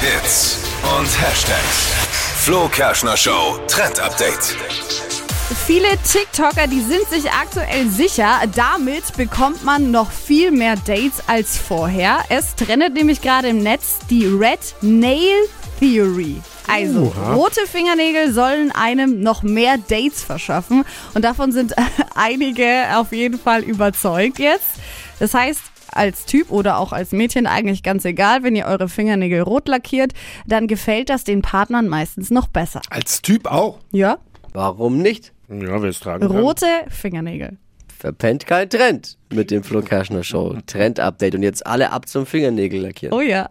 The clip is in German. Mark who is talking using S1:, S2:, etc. S1: Hits und Hashtags. Flo Kerschner Show Trend Update.
S2: Viele TikToker, die sind sich aktuell sicher, damit bekommt man noch viel mehr Dates als vorher. Es trendet nämlich gerade im Netz die Red Nail Theory. Also, rote Fingernägel sollen einem noch mehr Dates verschaffen. Und davon sind einige auf jeden Fall überzeugt jetzt. Das heißt, als Typ oder auch als Mädchen eigentlich ganz egal, wenn ihr eure Fingernägel rot lackiert, dann gefällt das den Partnern meistens noch besser.
S3: Als Typ auch.
S2: Ja?
S4: Warum nicht?
S3: Ja, wir es tragen. können.
S2: Rote Fingernägel.
S4: Verpennt kein Trend mit dem Flo Kerschner Show. Trend-Update. Und jetzt alle ab zum Fingernägel lackieren.
S2: Oh ja.